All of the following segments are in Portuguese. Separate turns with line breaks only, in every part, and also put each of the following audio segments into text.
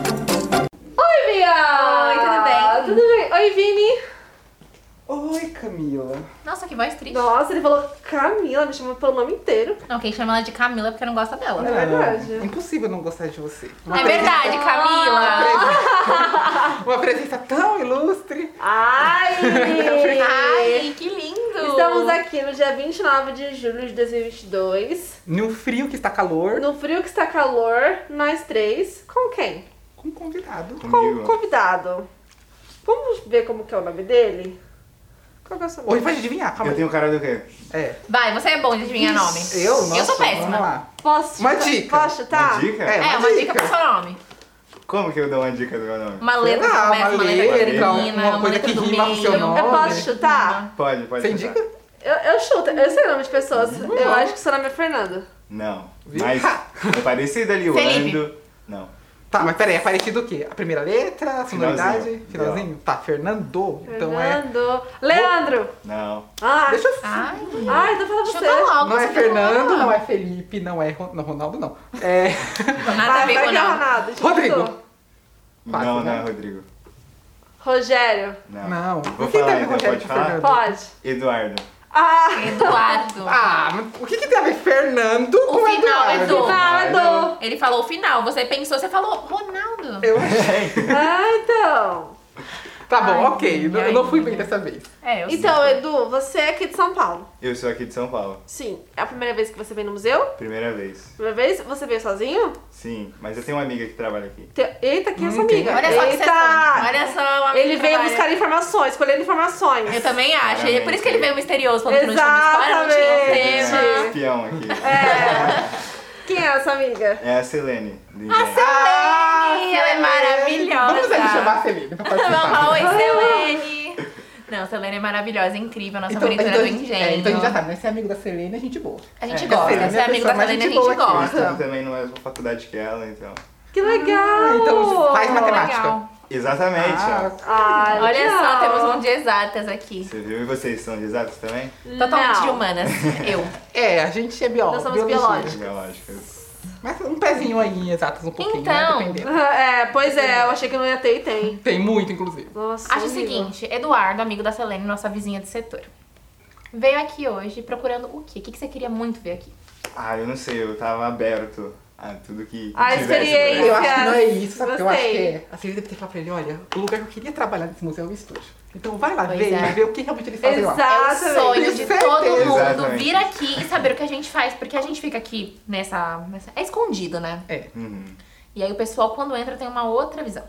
Oi, Bia!
Oi, tudo bem?
Ah, Tudo bem? Oi, Vini!
Oi, Camila.
Nossa, que voz triste.
Nossa, ele falou Camila, me chamou pelo nome inteiro.
Não, quem chama ela de Camila é porque não gosta dela.
É verdade.
Ah, impossível não gostar de você.
É verdade, Camila.
Uma presença tão ilustre.
Ai!
Ai, que lindo.
Estamos aqui no dia 29 de julho de 2022.
Num frio que está calor.
No frio que está calor, nós três. Com quem?
Com um convidado.
Com um convidado. Vamos ver como que é o nome dele? Qual que é o seu nome?
Hoje vai adivinhar, calma
Eu
aí.
tenho cara do quê?
É.
Vai, você é bom de adivinhar nome.
Eu? Nossa,
eu sou péssima.
Vamos lá.
Posso
Uma
chutar?
dica.
Posso chutar?
Uma dica?
É,
É, uma dica pro seu nome.
Como que eu dou uma dica do meu nome?
Uma letra
lá,
que começa,
uma
uma letra
letra,
pequenina,
uma
uma
coisa
letra
que
do
rima com o seu
meio.
nome.
Eu posso chutar?
Pode, pode.
Sem
chutar.
dica?
Eu, eu chuto, eu sei o nome de pessoas. eu
bom.
acho que seu nome é Fernando.
Não.
Viu?
Mas é parecido ali, o
Felipe.
Ando. Não.
Tá, mas peraí, é parecido o quê? A primeira letra, a sonoridade, finalzinho.
Finalzinho.
Tá, Fernando. Então é.
Fernando. Leandro!
Não.
Ah,
Deixa eu.
Ai,
Ai, então fala você.
chuta logo.
Não
você
é
tá
Fernando,
bom.
não é Felipe, não é Ron- não, Ronaldo, não. É.
Nada a ver com
vai, vai que é
nada.
Ronaldo. chuta.
Rodrigo. Fácil,
não,
né?
não é Rodrigo.
Não. Rogério.
Não.
Não.
Vou
Quem
falar
deve
então,
Rogério
pode
e
falar?
Fernando?
Pode.
Eduardo.
Ah,
Eduardo.
Ah, mas o que, que tem a ver Fernando com
final é
Eduardo?
do-
Leonardo.
Ele falou o final. Você pensou, você falou Ronaldo.
Eu achei.
Ah, então.
Tá bom,
Ai,
ok. Eu
minha,
eu não fui bem
minha.
dessa vez.
É, eu sei.
Então, Edu, você é aqui de São Paulo.
Eu sou aqui de São Paulo.
Sim. É a primeira vez que você vem no museu?
Primeira vez.
Primeira vez? Você veio sozinho?
Sim. Mas eu tenho uma amiga que trabalha aqui.
Te- Eita, quem é sua
Hum, quem?
amiga?
Olha só que
Eita!
você Olha só, uma
Ele
amiga
veio
trabalha.
buscar informações, colhendo informações.
Eu também acho. É por isso que ele veio misterioso, falando que não tinha uma história, não
Exatamente.
tinha um tema.
Tem um espião aqui.
É. Quem é a sua amiga?
É a Selene. do Engenho.
Selene, ela é maravilhosa.
Vamos ali chamar a Celina pra
Vamos
participar.
falar, oi, Selene. Não, Selene é maravilhosa, é incrível, nossa aventura do engenho.
é, então a gente já sabe, né? Se é amigo da Celina, é gente boa.
A gente
É,
gosta,
Selene
se é amigo da
pessoa mais
Selene, a
boa
gente
aqui.
Eu estudo
gosta.
também na mesma faculdade que ela, então.
Que legal!
Ah, então faz matemática.
Legal.
Exatamente. É, ó.
Ah,
Ah,
Olha só,
legal.
temos um de exatas aqui.
Você viu? E vocês são de exatos também?
Totalmente
Não.
de humanas. Eu.
é, a gente é biólogo.
Nós somos
biologia.
biológicos.
Biológicas.
Mas um pezinho aí em exatas um pouquinho,
Então.
né? Dependendo.
É, pois é, eu achei que não ia ter e tem.
Tem muito, inclusive.
Nossa,
Acho o
horrível.
seguinte, Eduardo, amigo da Selene, nossa vizinha de setor, veio aqui hoje procurando o quê? O que que você queria muito ver aqui?
Ah, eu não sei, eu tava aberto a tudo que
A
tivesse
experiência.
Eu acho que não é isso, sabe? o que Eu acho que
Gostei.
é. A Celina deve ter falado pra ele: olha, o lugar que eu queria trabalhar nesse museu é o estúdio. Então vai lá
Pois
ver,
é.
ver o que realmente eles fazem lá.
Exato.
É o
Exatamente.
sonho de
Tenho certeza.
todo mundo
Exatamente.
vir aqui e saber o que a gente faz, porque a gente fica por aqui nessa. nessa- é escondido, né?
É.
Uhum.
E aí o pessoal, quando entra, tem uma outra visão.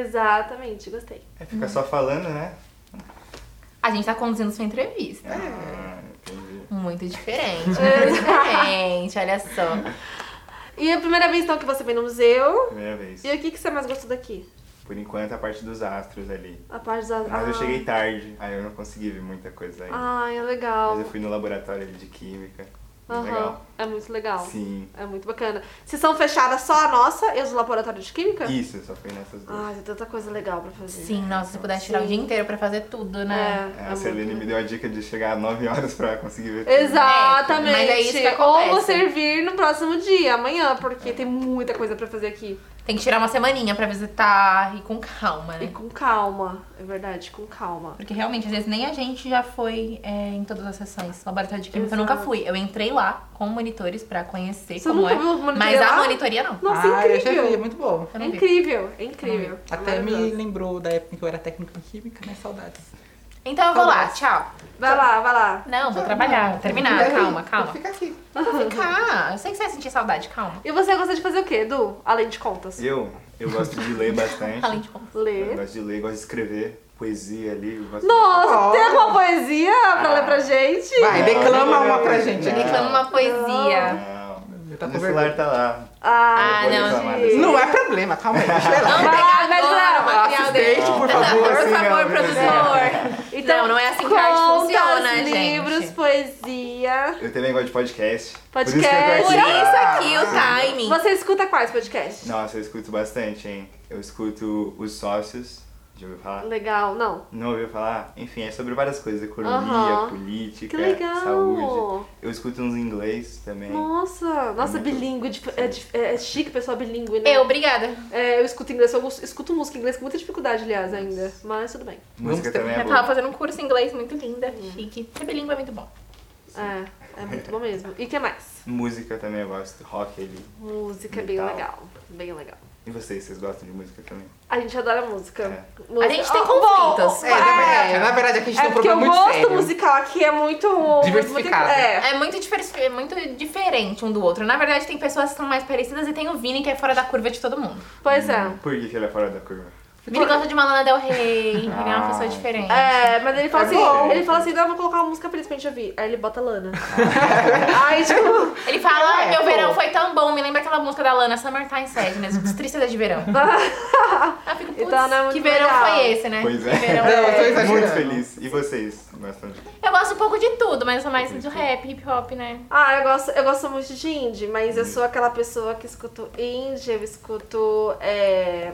Exatamente, gostei.
É ficar só falando, né?
A gente tá conduzindo sua
É.
entrevista.
Ah, entendi.
Muito diferente. Muito diferente, olha só.
E a primeira vez então que você vem no museu.
Primeira vez.
E o que, que você mais gostou daqui?
Por enquanto, a parte dos astros ali.
A parte da.
Mas Ah, eu cheguei tarde, aí eu não consegui ver muita coisa ainda.
Ai, é legal.
Mas eu fui no laboratório ali de química.
Aham,
Legal.
É muito legal.
Sim.
É muito bacana. Sessão fechada só a nossa e os laboratórios de química?
Isso, só fui nessas duas.
Ai, tem tanta coisa legal pra fazer.
Sim, nossa, se pudesse tirar o dia inteiro pra fazer tudo, né?
É,
É,
é
a Celene
muito
me deu a dica de chegar às 9 horas pra conseguir ver tudo.
Exatamente.
É, mas é isso que
Ou
acontece.
você vir no próximo dia, amanhã, porque tem muita coisa pra fazer aqui.
Tem que tirar uma semaninha pra visitar e com calma,
E
né?
com calma, é verdade, com calma.
Porque realmente, às vezes, nem a gente já foi é, em todas as sessões. Laboratório de química eu
Exato.
nunca fui. Eu entrei lá com monitores pra conhecer
Você
como
nunca
é.
viu monitoria
mas
lá?
a monitoria não.
Nossa,
ah, eu já vi, é
incrível.
muito bom.
Eu
É
não vi.
incrível, é incrível. É
Até me
maravilhoso.
lembrou da época em que eu era técnico em química, mas saudades.
Então eu vou lá,
Saudades.
tchau.
Vai lá, vai lá.
Não, vou trabalhar, vou terminar, calma, calma.
Fica aqui.
Vou ficar. Eu sei que você vai sentir saudade, calma.
E você gosta de fazer o quê, Edu? Além de contas?
Eu, eu gosto de ler bastante.
Além de como.
Eu
Ler.
gosto de ler, gosto de escrever poesia ali. eu Gosto
Nossa,
Oh.
tem alguma poesia pra ler pra gente?
Vai, declama uma pra gente aqui.
Reclama uma poesia.
Não,
Tá com
meu
vergonha.
celular tá lá.
Ah,
Ah,
Vou
não,
reclamar
gente.
desse-
Não é problema, calma aí, deixa eu ir
Não
lá.
pegar
vai,
agora o
vai.
material dele.
Assistente, por favor,
Por
assim,
favor,
não,
produtor. Então, não, não é assim que a arte
contas,
funciona, gente.
livros, poesia.
Eu também gosto de podcast. Por isso que eu
Podcast.
tô
Por
aqui. Ah!
isso aqui o timing.
Você escuta quais podcasts?
Nossa, eu escuto bastante, hein? Eu escuto Os Sócios, Já ouviu falar?
Legal, não.
Não ouviu falar? Enfim, é sobre várias coisas, economia,
Aham. Que
política,
legal.
saúde. Eu escuto uns em inglês também.
Nossa, nossa, bilíngue. dif- É, dif- é, é chique pessoal bilíngue, né?
Eu, obrigada.
É, eu escuto inglês, eu gosto- escuto música em inglês com muita dificuldade, aliás, ainda. Mas tudo bem.
Vamos
Música
ter-
também é
eu tava
boa.
fazendo um curso em inglês muito linda, chique. Ser bilíngue é muito bom.
É, é muito bom mesmo. E o que mais?
Música também eu gosto, rock ali.
Música é bem
Legal.
legal. Bem legal.
E vocês, vocês gostam de música também?
A gente adora música.
É.
Música-
A gente tem
Ah, bom,
conflitos.
É, na verdade,
É,
na verdade aqui a gente
é
tem um
porque
problema
o
muito
gosto
sério.
musical aqui é muito.
Diversificado.
muito- é.
É muito, difer- é muito diferente um do outro. Na verdade, tem pessoas que são mais parecidas e tem o Vini que é fora da curva de todo mundo.
Pois é.
Por que, que ele é fora da curva?
Vini gosta de uma Lana Del Rey, Vini é uma
Ah.
pessoa diferente.
É, mas ele fala
É
assim,
bom.
ele fala assim, não, eu vou colocar uma música feliz pra gente ouvir. Aí ele bota lana. Aí, tipo,
Ele fala, "Ai,
É,
meu
pô.
verão foi tão bom, me lembra aquela música da Lana, Summertime Sadness, Tristeza de Verão. Aí eu fico, putz,
Então, não é muito
que verão
legal.
foi esse, né?
Pois
Que
é.
verão
Não, eu tô exagerando.
Muito feliz. E vocês? Gostam de...
Eu gosto um pouco de tudo, mas eu sou mais
é.
do rap, hip hop, né?
ah, eu gosto, eu gosto muito de indie, mas eu sou aquela pessoa que escuto indie, eu escuto. É...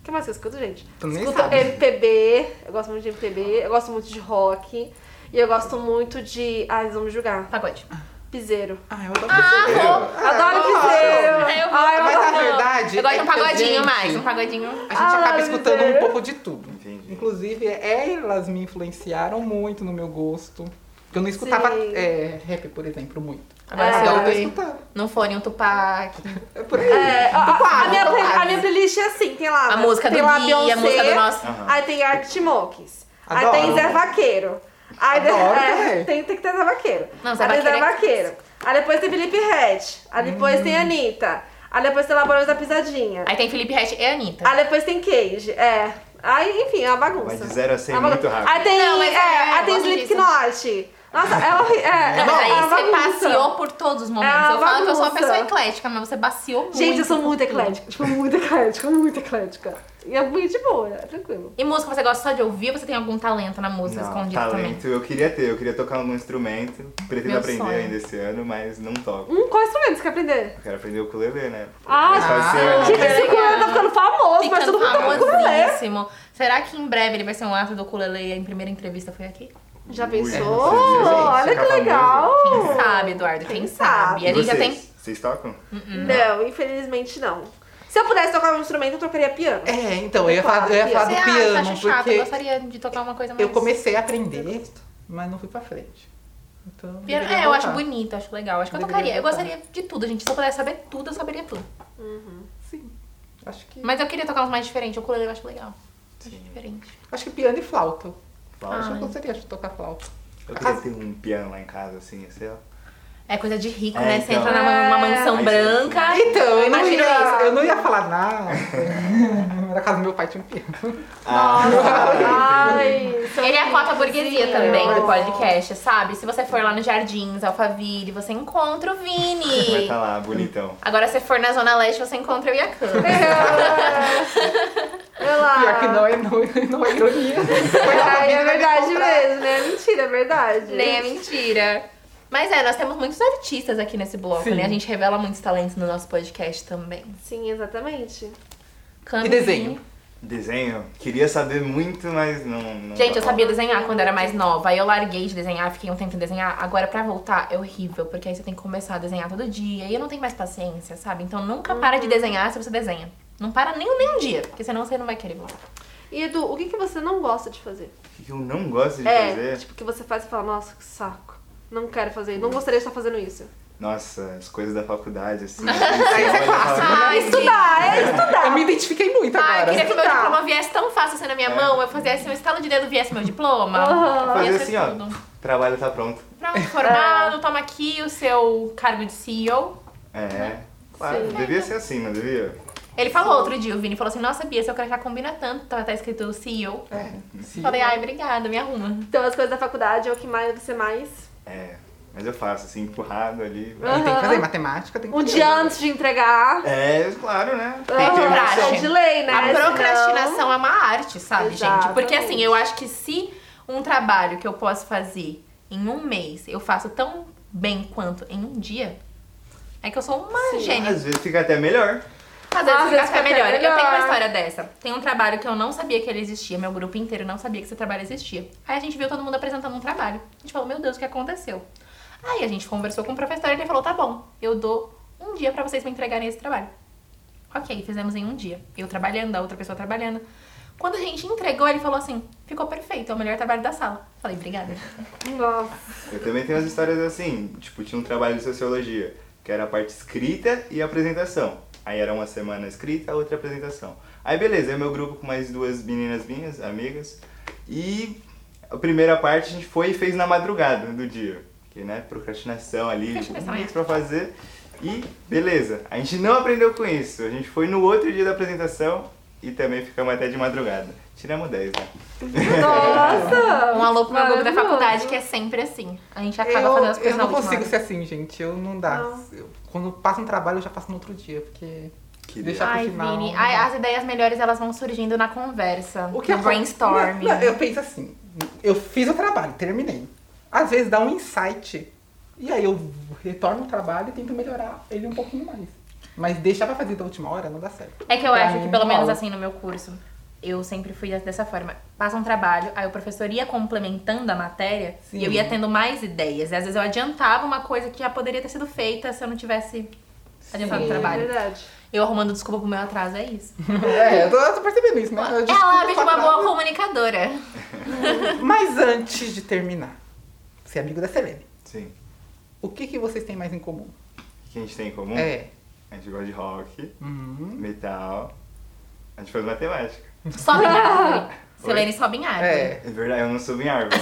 O que mais que eu escuto, gente?
Tu nem
escuto
sabe.
MPB, eu gosto muito de MPB, eu gosto muito de rock. E eu gosto muito de. Ah, eles vão me julgar.
Pagode.
Piseiro.
Ah, eu adoro
Ah,
brasileiro.
vou.
Adoro
gosto.
piseiro!
É, eu
Ai, eu
Mas
adoro.
na verdade.
Eu gosto de um
é que a
pagodinho
gente-
mais, um pagodinho.
A gente
Ah,
acaba escutando
miséria.
um pouco de tudo.
Entendi.
Inclusive, elas me influenciaram muito no meu gosto. Porque eu não escutava
Sim.
é, rap, por exemplo, muito.
Agora
É.
você
Agora eu tô
ouve
escutando.
não forem um Tupac,
É por aí.
É,
Do
a, a-
quadro,
a minha
do
play-
quadro.
a minha playlist é assim, tem lá.
a música do
tem lá
Gui, a música do nosso.
Aham.
Aí tem Arctic Monkeys. Aí
Adoro.
tem Zé Vaqueiro. Aí de-
Adoro
é,
também.
tem, tem que ter Zé Vaqueiro.
Não, Zé
Aí tem
Vaqueiro é
Vaqueiro. Aí depois tem Felipe Ret. Aí depois
Hum.
tem Anitta. Aí depois tem Laborões da Pisadinha.
Aí tem Felipe Hatch e Anitta.
Aí depois tem Cage. É. Aí, enfim, é uma bagunça.
Mas de zero a cem
uma
muito
bagunça.
rápido.
Aí tem,
Não, mas
é,
é, eu
aí tem
gosto
Slipknot. Nossa, é horrível. É, é,
Não, mas aí
é uma
você
bagunça.
passeou por todos os momentos.
É uma
eu falo que eu sou uma
bagunça.
pessoa eclética, mas você passeou muito.
Gente, eu sou
por
muito
tudo.
eclética. Tipo, muito eclética, muito eclética. E é muito de boa, é tranquilo.
E música, você gosta só de ouvir ou você tem algum talento na música
Não,
escondido também?
talento eu queria ter, eu queria tocar algum instrumento. Pretendo
Meu
aprender
sonho.
ainda esse ano, mas não toco.
Hum, qual instrumento você quer aprender?
Eu quero aprender o ukulele, né?
Ah,
Mas faz
sim.
ser, né?
Gente, esse ukulele tá ficando famoso, mas
Ficando
todo mundo tá com ukulele.
famosíssimo. Será que em breve ele vai ser um ato do ukulele? A primeira entrevista foi aqui?
Já
Ui,
pensou?
vocês dizem, gente,
Olha
ficar
que
famoso.
legal.
Quem sabe, Eduardo? Quem,
Hum, Quem sabe?
sabe?
E
Ele já
vocês?
tem.
Vocês tocam?
Uhum.
Não, infelizmente não. Se eu pudesse tocar um instrumento, eu tocaria piano.
É, então, eu ia falar, eu ia falar
Você
do
acha,
piano,
acha chato? Eu
porque
gostaria de tocar uma coisa mais.
eu comecei a aprender, mas não fui pra frente. Então,
Piano-
deveria
É, eu
voltar.
acho bonito, acho legal. Acho que eu
Deveria
tocaria. Eu
voltar.
gostaria de tudo, gente. Se eu pudesse saber tudo, eu saberia tudo.
Sim. Acho que,
Mas eu queria tocar uns mais diferentes. O ukulele eu acho legal. Acho
Sim.
diferente.
acho que piano e flauta. Acho
Lógico.
que eu gostaria de tocar flauta.
Eu queria ter um piano lá em casa, assim, assim, ó.
É coisa de rico,
É,
né? Você
então.
entra numa, numa mansão
Aí você-
branca.
Então, eu não,
Imagina
ia,
isso.
eu não ia falar nada. Na casa do meu pai tinha um piano.
Ah,
Ai, sou
Ele é a cota burguesia
Sim.
também do podcast, sabe? Se você for lá nos Jardins, Alphaville, você encontra o
Vai
Vini.
estar lá, bonitão.
Agora, se você for na Zona Leste, você encontra eu e a Cami.
É. Olha
Ah.
lá.
Pior que não é, não, é- não é ironia. né?
Ai, é verdade mesmo, né? Mentira, é verdade.
Nem é mentira. Mas é, nós temos muitos artistas aqui nesse bloco,
Sim.
né? A gente revela muitos talentos no nosso podcast também.
Sim, exatamente.
Cami,
E desenho?
Vini.
Desenho? Queria saber muito, mas não. não
Gente, eu sabia desenhar quando era mais nova. Aí eu larguei de desenhar, fiquei um tempo sem desenhar. Agora, pra voltar, é horrível, porque aí você tem que começar a desenhar todo dia. E eu não tenho mais paciência, sabe? Então nunca para de desenhar se você desenha. Não para nem, nem um dia, porque senão você não vai querer voltar.
E Edu, o que, que você não gosta de fazer?
O que eu não gosto de
é,
fazer.
tipo, que você faz e fala, nossa, que saco. Não quero fazer, não gostaria de estar fazendo isso.
Nossa, as coisas da faculdade, assim.
Aí você é clássico.
Ai,
Estudar, é estudar.
Eu me identifiquei muito
Ah, eu
agora.
Tá. queria que o meu
Tá.
diploma viesse tão fácil assim na minha
É.
mão, eu fizesse um estalo de dedo viesse meu diploma.
Aham.
Fazer
Ia ser
assim, ó.
tudo.
Trabalho tá pronto.
Pronto, formado, toma aqui o seu cargo de CEO.
É. Claro,
Sim.
devia ser assim, não devia?
Ele falou outro dia, o Vini falou assim, nossa Bia, seu crachá combina tanto, tá, tá escrito CEO.
É, sim.
Falei, ai, obrigada, me arruma.
Então as coisas da faculdade é o que mais você mais.
É. Mas eu faço, assim, empurrado ali.
Ah.
E tem que fazer matemática, tem que
Um
fazer.
dia antes de entregar.
É, claro, né?
Ah,
ter prática.
é de lei, né?
A
Senão-
procrastinação é uma arte, sabe, gente? Porque
Exatamente.
assim, eu acho que se um trabalho que eu posso fazer em um mês, eu faço tão bem quanto em um dia, é que eu sou uma gênia.
Às vezes fica até melhor.
Às vezes fica,
Às vezes
é
fica
fica
melhor. Eu tenho uma
melhor.
história dessa. Tem um trabalho que eu não sabia que ele existia, meu grupo inteiro não sabia que esse trabalho existia. Aí a gente viu todo mundo apresentando um trabalho. A gente falou, meu Deus, o que aconteceu? Aí a gente conversou com o professor e ele falou, tá bom, eu dou um dia pra vocês me entregarem esse trabalho. Ok, fizemos em um dia. Eu trabalhando, a outra pessoa trabalhando. Quando a gente entregou, ele falou assim, ficou perfeito, é o melhor trabalho da sala. Falei, obrigada.
Nossa.
Eu também tenho as histórias assim, tipo, tinha um trabalho de sociologia, que era a parte escrita e a apresentação. Aí era uma semana escrita, a outra apresentação. Aí beleza, eu e meu grupo com mais duas meninas minhas, amigas, e a primeira parte a gente foi e fez na madrugada do dia. Que, né, procrastinação ali, tipo,
Procrastinação,
muito pra fazer. E beleza, a gente não aprendeu com isso. A gente foi no outro dia da apresentação e também ficamos até de madrugada. Tiramos 10, né?
Nossa!
Um alô pro meu grupo da
Maravilhoso.
faculdade que é sempre assim. A gente acaba
Tá Eu,
fazendo as
eu
coisas
não
na última
consigo
hora.
ser assim, gente. Eu não dá.
Não.
Eu- quando passa um trabalho, eu já passo no outro dia, porque.
Que
Deixa
ideia.
pro
Ai,
final,
Vini,
não
ai,
dá.
as ideias melhores elas vão surgindo na conversa,
O que
no
acon-
brainstorming.
Não, não, eu penso assim, eu fiz o trabalho, terminei. Às vezes dá um insight. E aí eu retorno o trabalho e tento melhorar ele um pouquinho mais. Mas deixar pra fazer da última hora não dá certo.
É que eu
Pra
acho
mim,
que,
não
pelo menos
rola.
assim, no meu curso, eu sempre fui dessa forma. Passa um trabalho, aí o professor ia complementando a matéria
Sim.
e eu ia tendo mais ideias. E às vezes eu adiantava uma coisa que já poderia ter sido feita se eu não tivesse adiantado o
Sim.
É
trabalho.
verdade.
Eu arrumando desculpa pro meu atraso, é isso.
É, eu tô, eu tô percebendo isso, né? Eu
Ela
desculpa
abre de
pra
uma
trás,
boa comunicadora.
Mas antes de terminar, você é amigo da Selene.
Sim.
O que, que vocês têm mais em comum?
O que a gente tem em comum?
É.
A gente gosta de rock.
Hum.
metal. A gente faz matemática.
Sobe em árvore. Selene sobe em árvore.
É.
É verdade, eu não subi em árvore.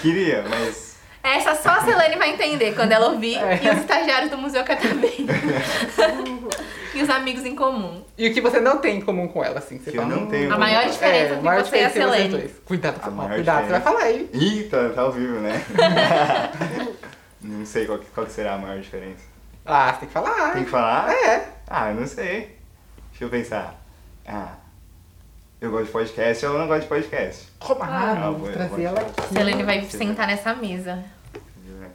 Queria, mas.
Essa só a Selene vai entender quando ela ouvir.
É.
E os estagiários do museu também. e os amigos em comum.
E o que você não tem em comum com ela, assim? Você
Que eu
fala,
não
"Hum,
tenho.
A maior diferença entre
maior
você e a
diferença entre vocês
Selene.
dois. Cuidado, com
A
você fala,
maior
cuidado, você vai
diferença.
falar aí.
Ih, tá, tá ao vivo, né? não sei qual que, qual que será a maior diferença.
Ah, você tem que falar.
Tem que falar?
É.
Ah, eu não sei. Deixa eu pensar. Ah, eu gosto de podcast ou eu não gosto de podcast?
Como? Ah,
Ah,
não,
vou-
vou
vou
trazer ela
tirar.
aqui.
Selene vai sentar nessa mesa.
Entendeu, né?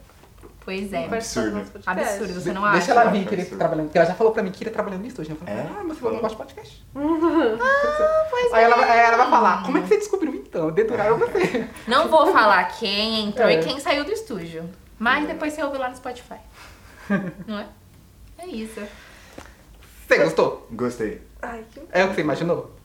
Pois é.
Participar do nosso podcast.
Absurdo, você não
Deixa
acha?
ela vir,
Não,
que ele tá
absurdo.
trabalhando. Porque ela já falou pra mim que ele tá trabalhando nisso hoje. Eu falei,
É?
ah, mas você falou que
Falou.
não gosta de podcast. ah, pois aí ela, vai- aí ela vai falar, como é que você descobriu então? Deduraram você.
Não
Uhum.
vou falar quem entrou
É.
e quem saiu do estúdio. Mas depois você ouve lá no Spotify. Não é? É isso.
Você gostou?
Gostei.
Ai, que
É o que você imaginou?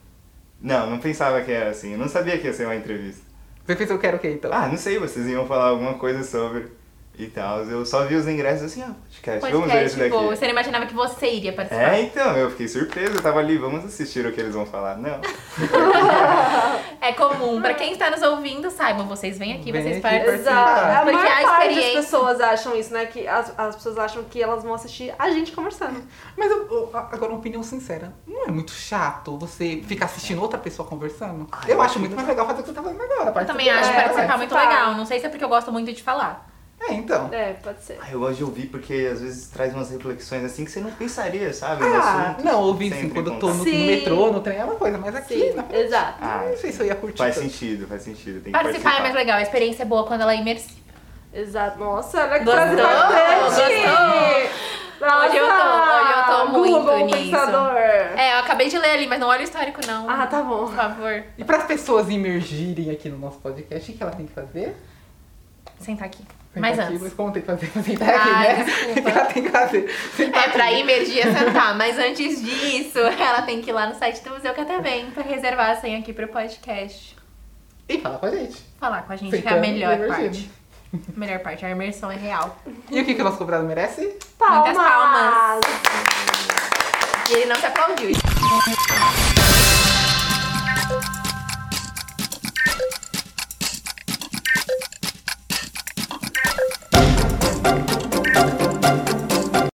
Não, não pensava que era assim. Eu não sabia que ia ser uma entrevista.
Você pensou que era o quê então?
Ah, não sei, vocês iam falar alguma coisa sobre e tal. Eu só vi os ingressos assim, ó, podcast. Vamos ver isso
Podcast
daqui.
boa. Você não imaginava que você iria participar.
É, então, eu fiquei surpreso, eu tava ali, vamos assistir o que eles vão falar. Não.
É comum. Pra quem está nos ouvindo, saibam. Vocês vêm aqui,
Vem
vocês
aqui.
participam.
Exato. É A
Porque
maior
a
parte das
experiência-
pessoas acham isso, né? Que as, as pessoas acham que elas vão assistir a gente conversando.
Ah, Mas eu- eu- agora uma opinião sincera. Não é muito chato você ficar assistindo outra pessoa conversando? eu acho muito mais legal fazer o que você tá fazendo agora.
Eu também acho
É,
participar
participar.
muito legal. Não sei se é porque eu gosto muito de falar.
É, então.
É, pode ser.
Ah, eu gosto de ouvir porque às vezes traz umas reflexões assim que você não pensaria, sabe? no
Ah,
assunto.
não, ouvir assim,
Sempre
quando eu
bom.
tô no, no
Sim.
metrô, no trem, é uma coisa, mas aqui,
Sim,
na frente,
exato.
Ah,
não sei se eu ia curtir.
Faz
tanto.
sentido, faz sentido. Tem que
Participar, é mais legal. A experiência é boa quando ela é imersiva.
Exato. Nossa, olha que
Gostou?
frase bastante! Nossa!
Hoje eu tô- hoje eu tô
Google
muito nisso.
Pensador.
É, eu acabei de ler ali, mas não olha o histórico, não.
Ah, tá bom.
Por favor,
E para as pessoas imergirem aqui no nosso podcast, o que ela tem que fazer?
sentar aqui.
Sentar
Mas
aqui,
antes.
Mas como tem que fazer? Sentar aqui,
Ah,
né?
desculpa.
O que ela tem que fazer? Sentar
É pra
aqui.
imergir é sentar, mas antes disso, ela tem que ir lá no site do Museu Catavento pra reservar a senha aqui pro podcast.
E falar com a gente.
Falar com a gente, que é a
Sentando e
melhor
imergindo.
parte. A melhor parte, a imersão é real.
E o que, que o nosso convidado merece?
Palmas!
palmas. E ele não se aplaudiu.